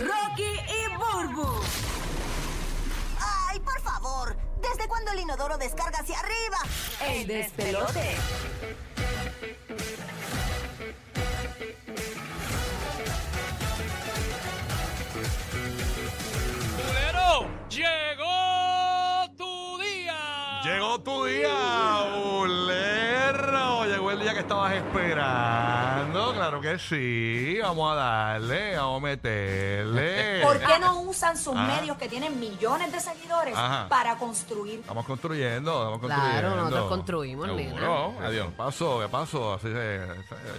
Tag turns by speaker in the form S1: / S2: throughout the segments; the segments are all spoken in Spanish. S1: Rocky y Burbu.
S2: ¡Ay, por favor! ¿Desde cuándo el inodoro descarga hacia arriba?
S1: El despelote.
S3: ¡Culero! ¡Llegó tu día!
S4: Llegó tu día, bulero. Llegó el día que estabas esperando. Claro que sí. Vamos a darle, vamos a meterle.
S5: ¿Por qué
S2: Ah.
S5: no usan sus
S4: Ajá.
S5: medios que tienen millones de seguidores
S4: Ajá.
S5: para construir?
S4: Estamos construyendo, estamos
S1: Claro,
S4: construyendo.
S1: nosotros construimos,
S4: Seguro. Adiós. Paso, de paso. Así se-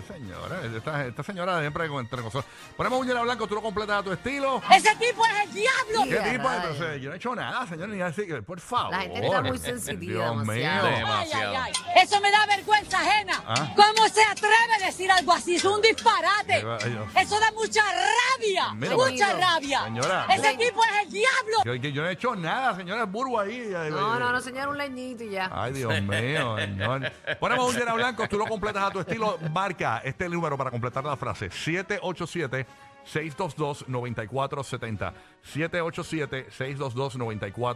S4: se- señora. Esta, esta señora siempre con- entre nosotros. Ponemos un hielo blanco, tú lo completas a tu estilo.
S1: ¡Ese tipo es el diablo!
S4: ¿Qué tipo?
S1: rayos.
S4: Entonces, yo no he hecho nada, señor. Ni así, que, por favor.
S1: La gente está muy sensitiva,
S4: Dios
S1: demasiado.
S4: mío.
S3: Demasiado.
S6: Eso me da vergüenza ajena.
S4: Ah.
S6: ¿Cómo se atreve a decir algo así? Es un disparate.
S4: Lleva- ay, Dios.
S6: Eso da mucha rabia.
S4: Mira,
S6: mucha
S1: bueno.
S6: rabia.
S4: Señora.
S6: Ese tipo es el diablo.
S4: Yo, yo- yo no he hecho nada, señora. Es burbo ahí.
S1: No, no, no, señor, un leñito y ya.
S4: Ay, Dios mío, señor. Ponemos un llena blanco, tú lo completas a tu estilo. Marca este número para completar la frase: 787-622-9470.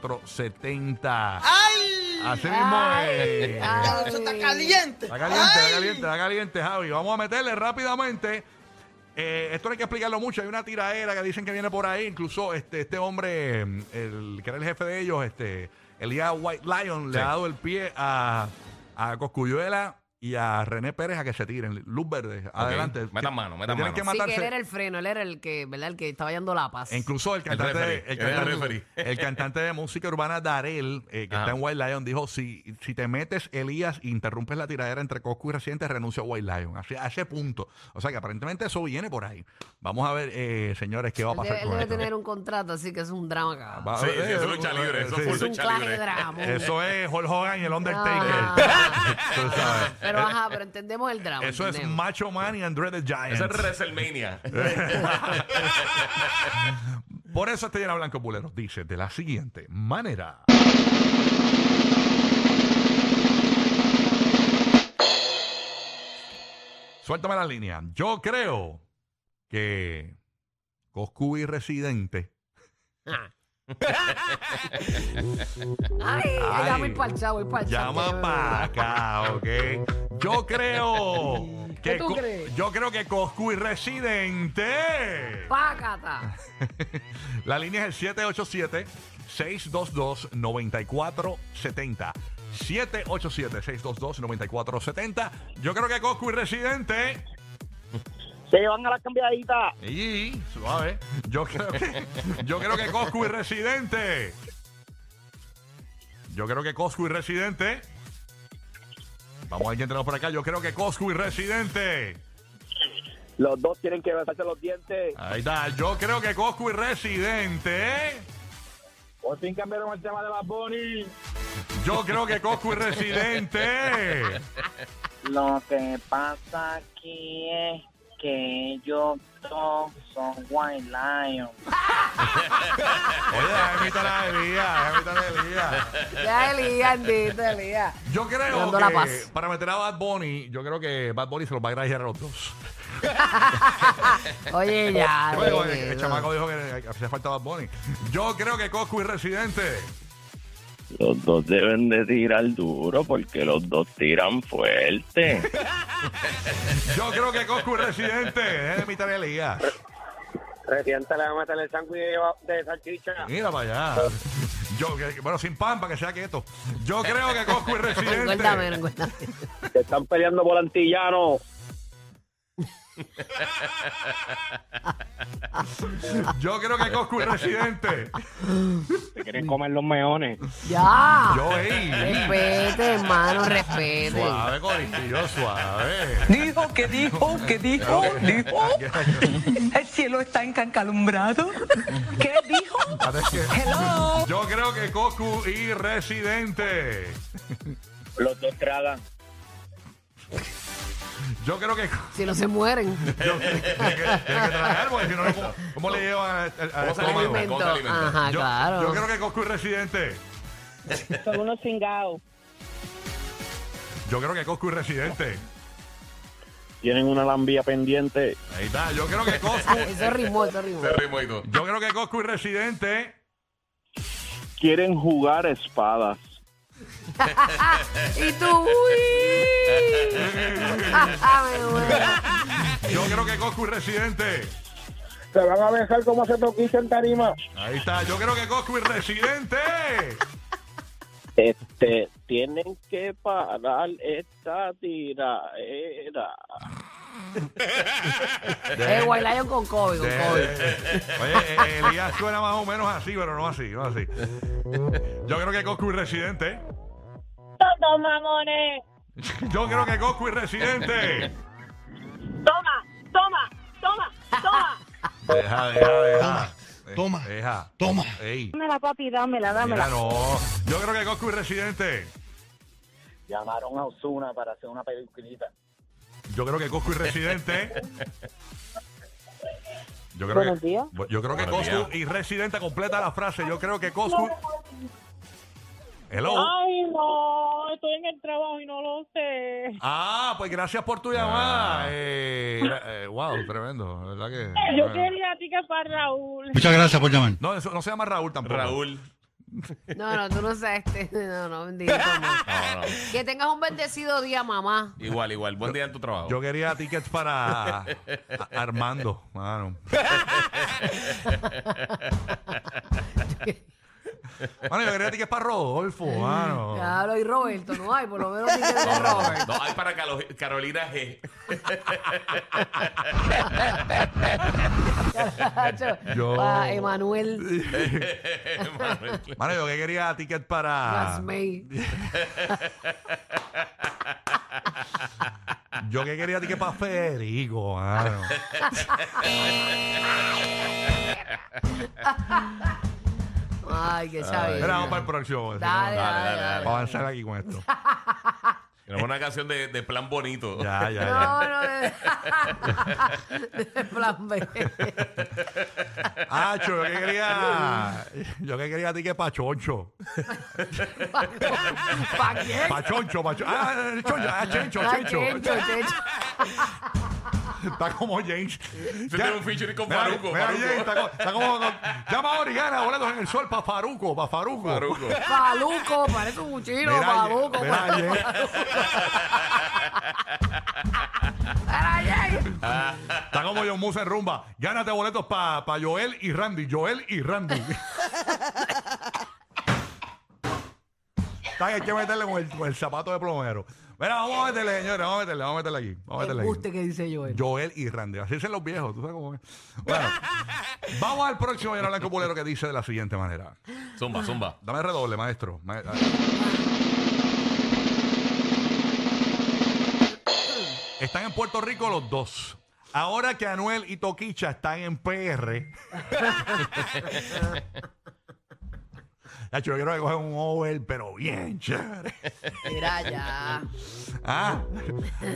S4: 787-622-9470. ¡Ay! Así mismo es.
S1: Ay.
S4: Ah, Está caliente, está caliente, está caliente, Javi. Vamos a meterle rápidamente. Eh, esto no hay que explicarlo mucho. Hay una tiraera que dicen que viene por ahí. Incluso este, este hombre, mm, el, que era el jefe de ellos, este, Elías White Lion, le ha dado el pie a, a Coscuyuela y a René Pérez a que se tiren. Luz verde. Adelante.
S3: Metan mano, metan
S4: Tienen
S3: mano.
S4: que
S1: Sí, que él
S4: matarse.
S1: era el freno, él era el que, ¿verdad? El que estaba yendo la paz.
S4: E Incluso el cantante, de-
S3: referee,
S4: el
S3: era el
S4: cantante,
S3: referee.
S4: el cantante de música urbana Darel, eh, que
S3: Ajá.
S4: está en White Lion, dijo, si, si te metes Elías e interrumpes la tiradera entre Coscu y Reciente, renuncia a White Lion. Así, a ese punto. O sea que aparentemente eso viene por ahí. Vamos a ver, eh, señores, qué va a
S1: él debe,
S4: pasar
S1: él
S4: con
S1: debe
S4: esto.
S1: tener un contrato, así que es un drama acá.
S4: Va-
S3: Sí, sí,
S4: eh,
S3: eso es lucha libre, eso
S4: sí.
S3: es
S1: es un
S3: lucha
S1: claje
S3: libre.
S1: de drama.
S4: Eso es Hulk Hogan y el Undertaker.
S1: Ah.
S4: Tú sabes.
S1: Pero ajá, pero entendemos el drama.
S4: Eso es
S1: entendemos.
S4: Macho Man y André the Giant.
S3: Ese es WrestleMania.
S4: Por eso este llena blanco pulero dice de la siguiente manera. Suéltame la línea. Yo creo que Coscu y Residente.
S1: Ay,
S4: Ay.
S1: ya voy para el chavo, voy para el chavo.
S4: Llama para acá, ¿ok? Yo creo que
S1: ¿Qué tú
S4: Co-
S1: crees?
S4: yo creo que Coscu y Residente.
S1: Pácata.
S4: La línea es el 787-622-9470. 787-622-9470. Yo creo que Coscu y Residente.
S7: Se llevan a la cambiadita.
S4: Y suave. Yo creo que, yo creo que Coscu y Residente. Yo creo que Coscu y Residente. Vamos a ver quién tenemos por acá. Yo creo que Coscu y Residente.
S7: Los dos tienen que besarse los dientes.
S4: Ahí está. Yo creo que Coscu y Residente.
S7: Por fin cambiaron el tema de la Bunny.
S4: Yo creo que Coscu y Residente.
S8: Lo que pasa aquí es que ellos dos son white lions.
S4: Oye, déjame imitar a Elías, déjame imitar a Elías.
S1: Ya Elías, andito, Elías.
S4: Yo creo
S1: Dando
S4: que
S1: la paz.
S4: para meter a Bad Bunny, yo creo que Bad Bunny se los va a agradecer a los dos.
S1: Oye, ya.
S4: Bueno,
S1: dejen
S4: el, el
S1: eso.
S4: chamaco dijo que hacía falta Bad Bunny. Yo creo que Coscu y Residente.
S9: Los dos deben de tirar duro porque los dos tiran fuerte.
S4: Yo creo que Coscu y Residente. Déjame imitar a Elías.
S7: Reciente le van a meter el sándwich de- de salchicha.
S4: Mira para allá. Yo, que- bueno, sin pan, para que sea quieto. Yo creo que Coscu y
S1: Encuérdame,
S4: Residente.
S1: encuérdame.
S7: Se están peleando por antillano.
S4: Yo creo que Coscu y Residente.
S7: Se quieren comer los meones.
S1: Ya.
S4: Yo, ey.
S1: Respete, hermano, respete.
S4: Suave, Corillo, suave.
S10: Dijo que dijo, que dijo, dijo. El cielo está encancalumbrado. ¿Qué dijo?
S4: Parece que- Yo creo que Coscu y Residente.
S9: Los dos tragan.
S4: Yo creo que.
S1: Si no se mueren.
S4: yo- tiene que, tiene que tragar, porque si no, ¿cómo, cómo le llevan a- a- a-
S3: ¿Cómo se
S4: al estómago?
S3: alimenta?
S1: Alimento.
S3: cosa alimenta.
S1: Ajá,
S4: Yo,
S1: Ah, claro.
S4: yo creo que Coscu y Residente.
S8: Son unos cingados.
S4: Yo creo que Coscu y Residente.
S9: tienen una lambía pendiente.
S4: Ahí está. Yo creo que Coscu.
S1: Eso rimó, eso rimó.
S3: Se rimó y todo.
S4: yo creo que Coscu y Residente.
S9: Quieren jugar espadas.
S1: y tú, uy. Ah, me muero.
S4: Yo creo que Coscu y Residente.
S7: Se van a besar como se toquiza en tarima.
S4: Ahí está. Yo creo que Coscu y Residente.
S9: Este, tienen que parar esta tiraera.
S1: Eh, White Lion con COVID, con
S4: De-
S1: COVID.
S4: de- Oye, eh, Elías suena más o menos así, pero no así, no así. Yo creo que Coscu y Residente.
S6: Todos mamones.
S4: Yo creo que Coscu y Residente.
S6: Toma, toma, toma, toma.
S4: Deja, deja, deja.
S11: Toma,
S4: Eh, Deja.
S11: toma.
S4: Ey.
S6: Dámela, papi, dámela,
S4: Mira, no. Yo creo que Coscu y Residente.
S8: Llamaron a Osuna para hacer una peliculita.
S4: Yo creo que Coscu y Residente. Yo creo
S6: Buenos
S4: que,
S6: días.
S4: Bu- Yo creo que
S3: Buenos
S4: Coscu y Residente completa la frase. Yo creo que Coscu. Hello.
S6: Ay, no, estoy en el trabajo y no lo sé.
S4: Ah, pues gracias por tu
S3: Ah.
S4: llamada. Eh, gra- eh, wow, tremendo. la ¿Verdad que?
S6: Yo
S4: bueno.
S6: quería a ti que para Raúl.
S11: Muchas gracias por llamar.
S4: No, eso, no se llama Raúl tampoco.
S3: Raúl.
S1: No, no, tú no sabes. Este. No, no, bendito. no. Que tengas un bendecido día, mamá.
S3: Igual, igual. Buen día en tu trabajo.
S4: Yo quería tickets para a- Armando, mano. Mano, yo quería tickets para Rodolfo, mano.
S1: Claro, y Roberto, no hay, por lo menos ni que
S3: No,
S1: de
S3: no, no,
S1: Robert.
S3: No, hay para Calo- Carolina G.
S4: Yo-
S1: Para Emanuel
S3: Manuel.
S4: Mano, yo que quería tickets para.
S1: Gasmey.
S4: Yo que quería tickets para Federico, mano.
S1: Ay, qué chavi.
S4: Mira, vamos para el próximo.
S1: Dale,
S4: Vamos
S1: dale,
S4: a
S1: dale.
S4: avanzar aquí con esto.
S3: Tenemos una canción de, de plan bonito.
S4: Ya, ya, ya.
S1: No, no, de, de plan B.
S4: Acho, yo que quería. Yo que quería tickets para Choncho.
S1: ¿Para qué?
S4: Para Choncho, para Choncho. Ah, Choncho, ah, Chencho,
S1: Ay,
S4: Chencho.
S1: Chencho, Chencho.
S4: Está como James.
S3: Yo tengo un featuring con
S4: Mira,
S3: Faruco.
S4: mira,
S3: Faruco.
S4: James, está, como- está como. Llama a Origana volando en el sol para Faruco, para Faruco.
S3: Faruco.
S1: Paluco, parece un cuchillo,
S4: Mira,
S1: paluco.
S4: mira,
S1: pa- Era Jay.
S4: James, Está como John Musa en rumba. Gánate boletos para Joel y Randy. Joel y Randy. Está que hay que meterle con el, con el zapato de plomero. Mira, vamos a meterle, señores. Vamos a meterle, vamos a meterle aquí. Vamos a meterle aquí.
S1: Embuste que dice Joel.
S4: Joel y Randy. Así dicen los viejos, tú sabes cómo es. Bueno, vamos al próximo Lleno Blanco Bolero que dice de la siguiente manera.
S3: Zumba, zumba.
S4: Dame redoble, maestro. Ma- ah. a- Están en Puerto Rico los dos. Ahora que Anuel y Toquicha están en PR. Nacho, yo quiero que cogen un over, pero bien chévere.
S1: Mira ya.
S4: Ah,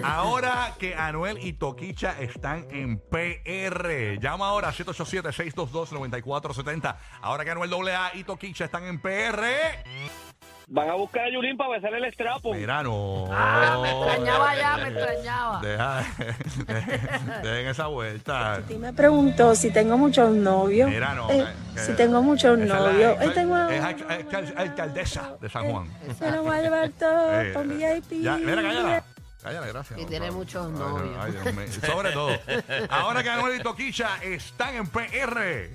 S4: ahora que Anuel y Toquicha están en PR, llama ahora 787-622-9470. Ahora que Anuel AA y Toquicha están en PR.
S7: Van a buscar a Yulín para besar el estrapo.
S4: Mira, no.
S1: Ah, me extrañaba ya, me extrañaba.
S4: Deja, dejen esa vuelta.
S6: me preguntó si tengo muchos novios.
S4: Mira, no.
S6: Eh,
S4: que-
S6: si tengo muchos
S4: esa es la-
S6: novios. Hoy
S4: esa-
S6: tengo a-
S4: Es alca- alca- alcaldesa de San Juan.
S6: Pero Alberto,
S4: Eh,
S6: con
S4: eh,
S6: VIP.
S4: ya, mira, cállala. Cállala, gracias.
S1: Y tiene
S4: Ay,
S1: muchos
S4: ay,
S1: novios.
S4: ay, Dios mío. Sobre todo. Ahora que Anuel y Toquicha están en PR.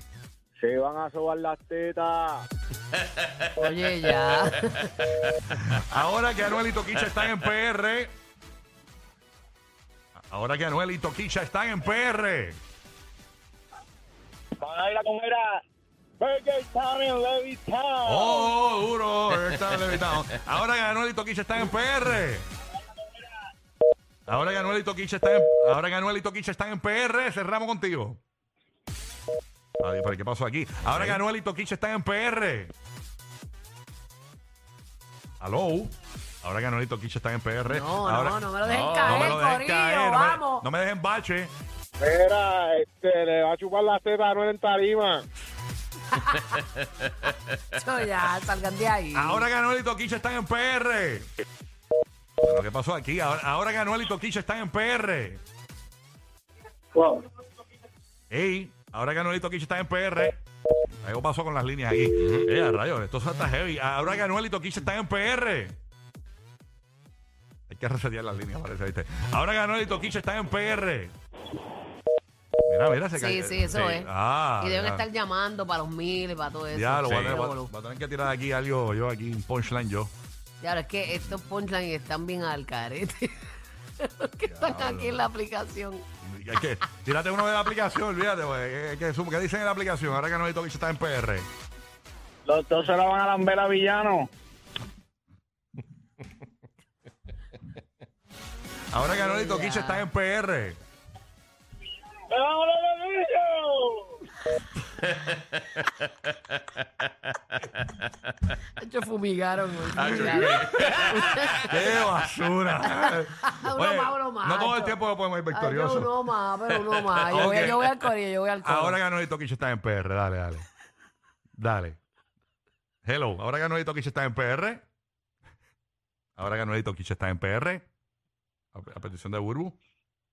S7: Se van a sobar las tetas.
S1: Oye, ya.
S4: Ahora que Anuel y Toquicha están en PR. Ahora que Anuel y Toquicha están en PR.
S7: Van a ir a comer a Burger Town en Levittown.
S4: Oh, oh, duro. Está levitado. Ahora que Anuel y Toquicha están en PR. Ahora que Anuel y Toquicha están en, ahora que Anuel y Toquicha están en PR, cerramos contigo. Ay, ¿pero qué pasó aquí? Ahora que Anuel y Toquicha están en PR. Aló. Ahora que Anuel y Toquicha están en PR.
S1: No,
S4: Ahora-
S1: no, no me lo dejen
S3: No,
S1: caer,
S4: no me lo dejen
S1: Corillo,
S4: caer, no me-
S1: vamos.
S4: no me dejen bache.
S7: Mira, este, le va a chupar las tetas a Noel en tarima.
S1: Yo ya, salgan de ahí.
S4: Ahora que Anuel y Toquicha están en PR. Pero, ¿qué pasó aquí? Ahora, ahora que Anuel y Toquicha están en PR.
S7: Wow.
S4: Ey, ahora que Anuelito Kichi está en PR. Algo pasó con las líneas aquí. Ey, a rayos, esto está heavy. Ahora que Anuelito Kichi está en PR. Hay que resetear las líneas, parece, ¿viste? Ahora que Anuelito Kichi está en PR. Mira, mira, se
S1: Sí,
S4: cayó.
S1: sí, eso es.
S4: Ah,
S1: y deben
S4: mira.
S1: estar llamando para los miles, para todo eso.
S4: Ya, lo voy a
S1: Sí.
S4: tener- voy a voy a tener que tirar aquí algo, yo aquí, un punchline yo.
S1: Diablo, es que estos punchlines están bien al carete. los que están aquí en la aplicación.
S4: Es que, tírate uno de la aplicación, olvídate, pues. Es que, es un- ¿Qué dicen en la aplicación? Ahora que Anuelito Kichi está en PR.
S7: Los dos se la van a lamber a Villano.
S4: Ahora que Anuelito Kichi está en PR.
S6: ¡Me van a hablar de bicho!
S1: Ellos fumigaron. güey, fumigaron.
S4: ¡Qué basura!
S1: Uno
S4: Oye,
S1: más, uno más.
S4: No todo el
S1: yo.
S4: tiempo lo podemos ir
S1: Ay, yo
S4: victorioso.
S1: uno más, pero uno más. Yo,
S4: Ok.
S1: voy, yo voy al corillo, yo voy al corillo.
S4: Ahora ganó Toquiche está en PR. Dale, dale. Dale. Hello. Ahora ganó Toquiche está en PR. Ahora ganó Toquiche está en PR. A, a petición de Burbu.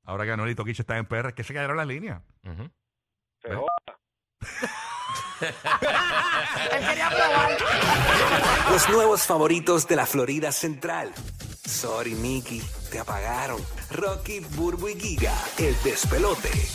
S4: Ahora ganó Toquiche está en PR. Es que se cayeron las líneas.
S3: Ujú.
S1: Él quería probar.
S11: Los nuevos favoritos de la Florida Central. Sorry, Mickey, te apagaron. Rocky, Burbu y Giga, el despelote.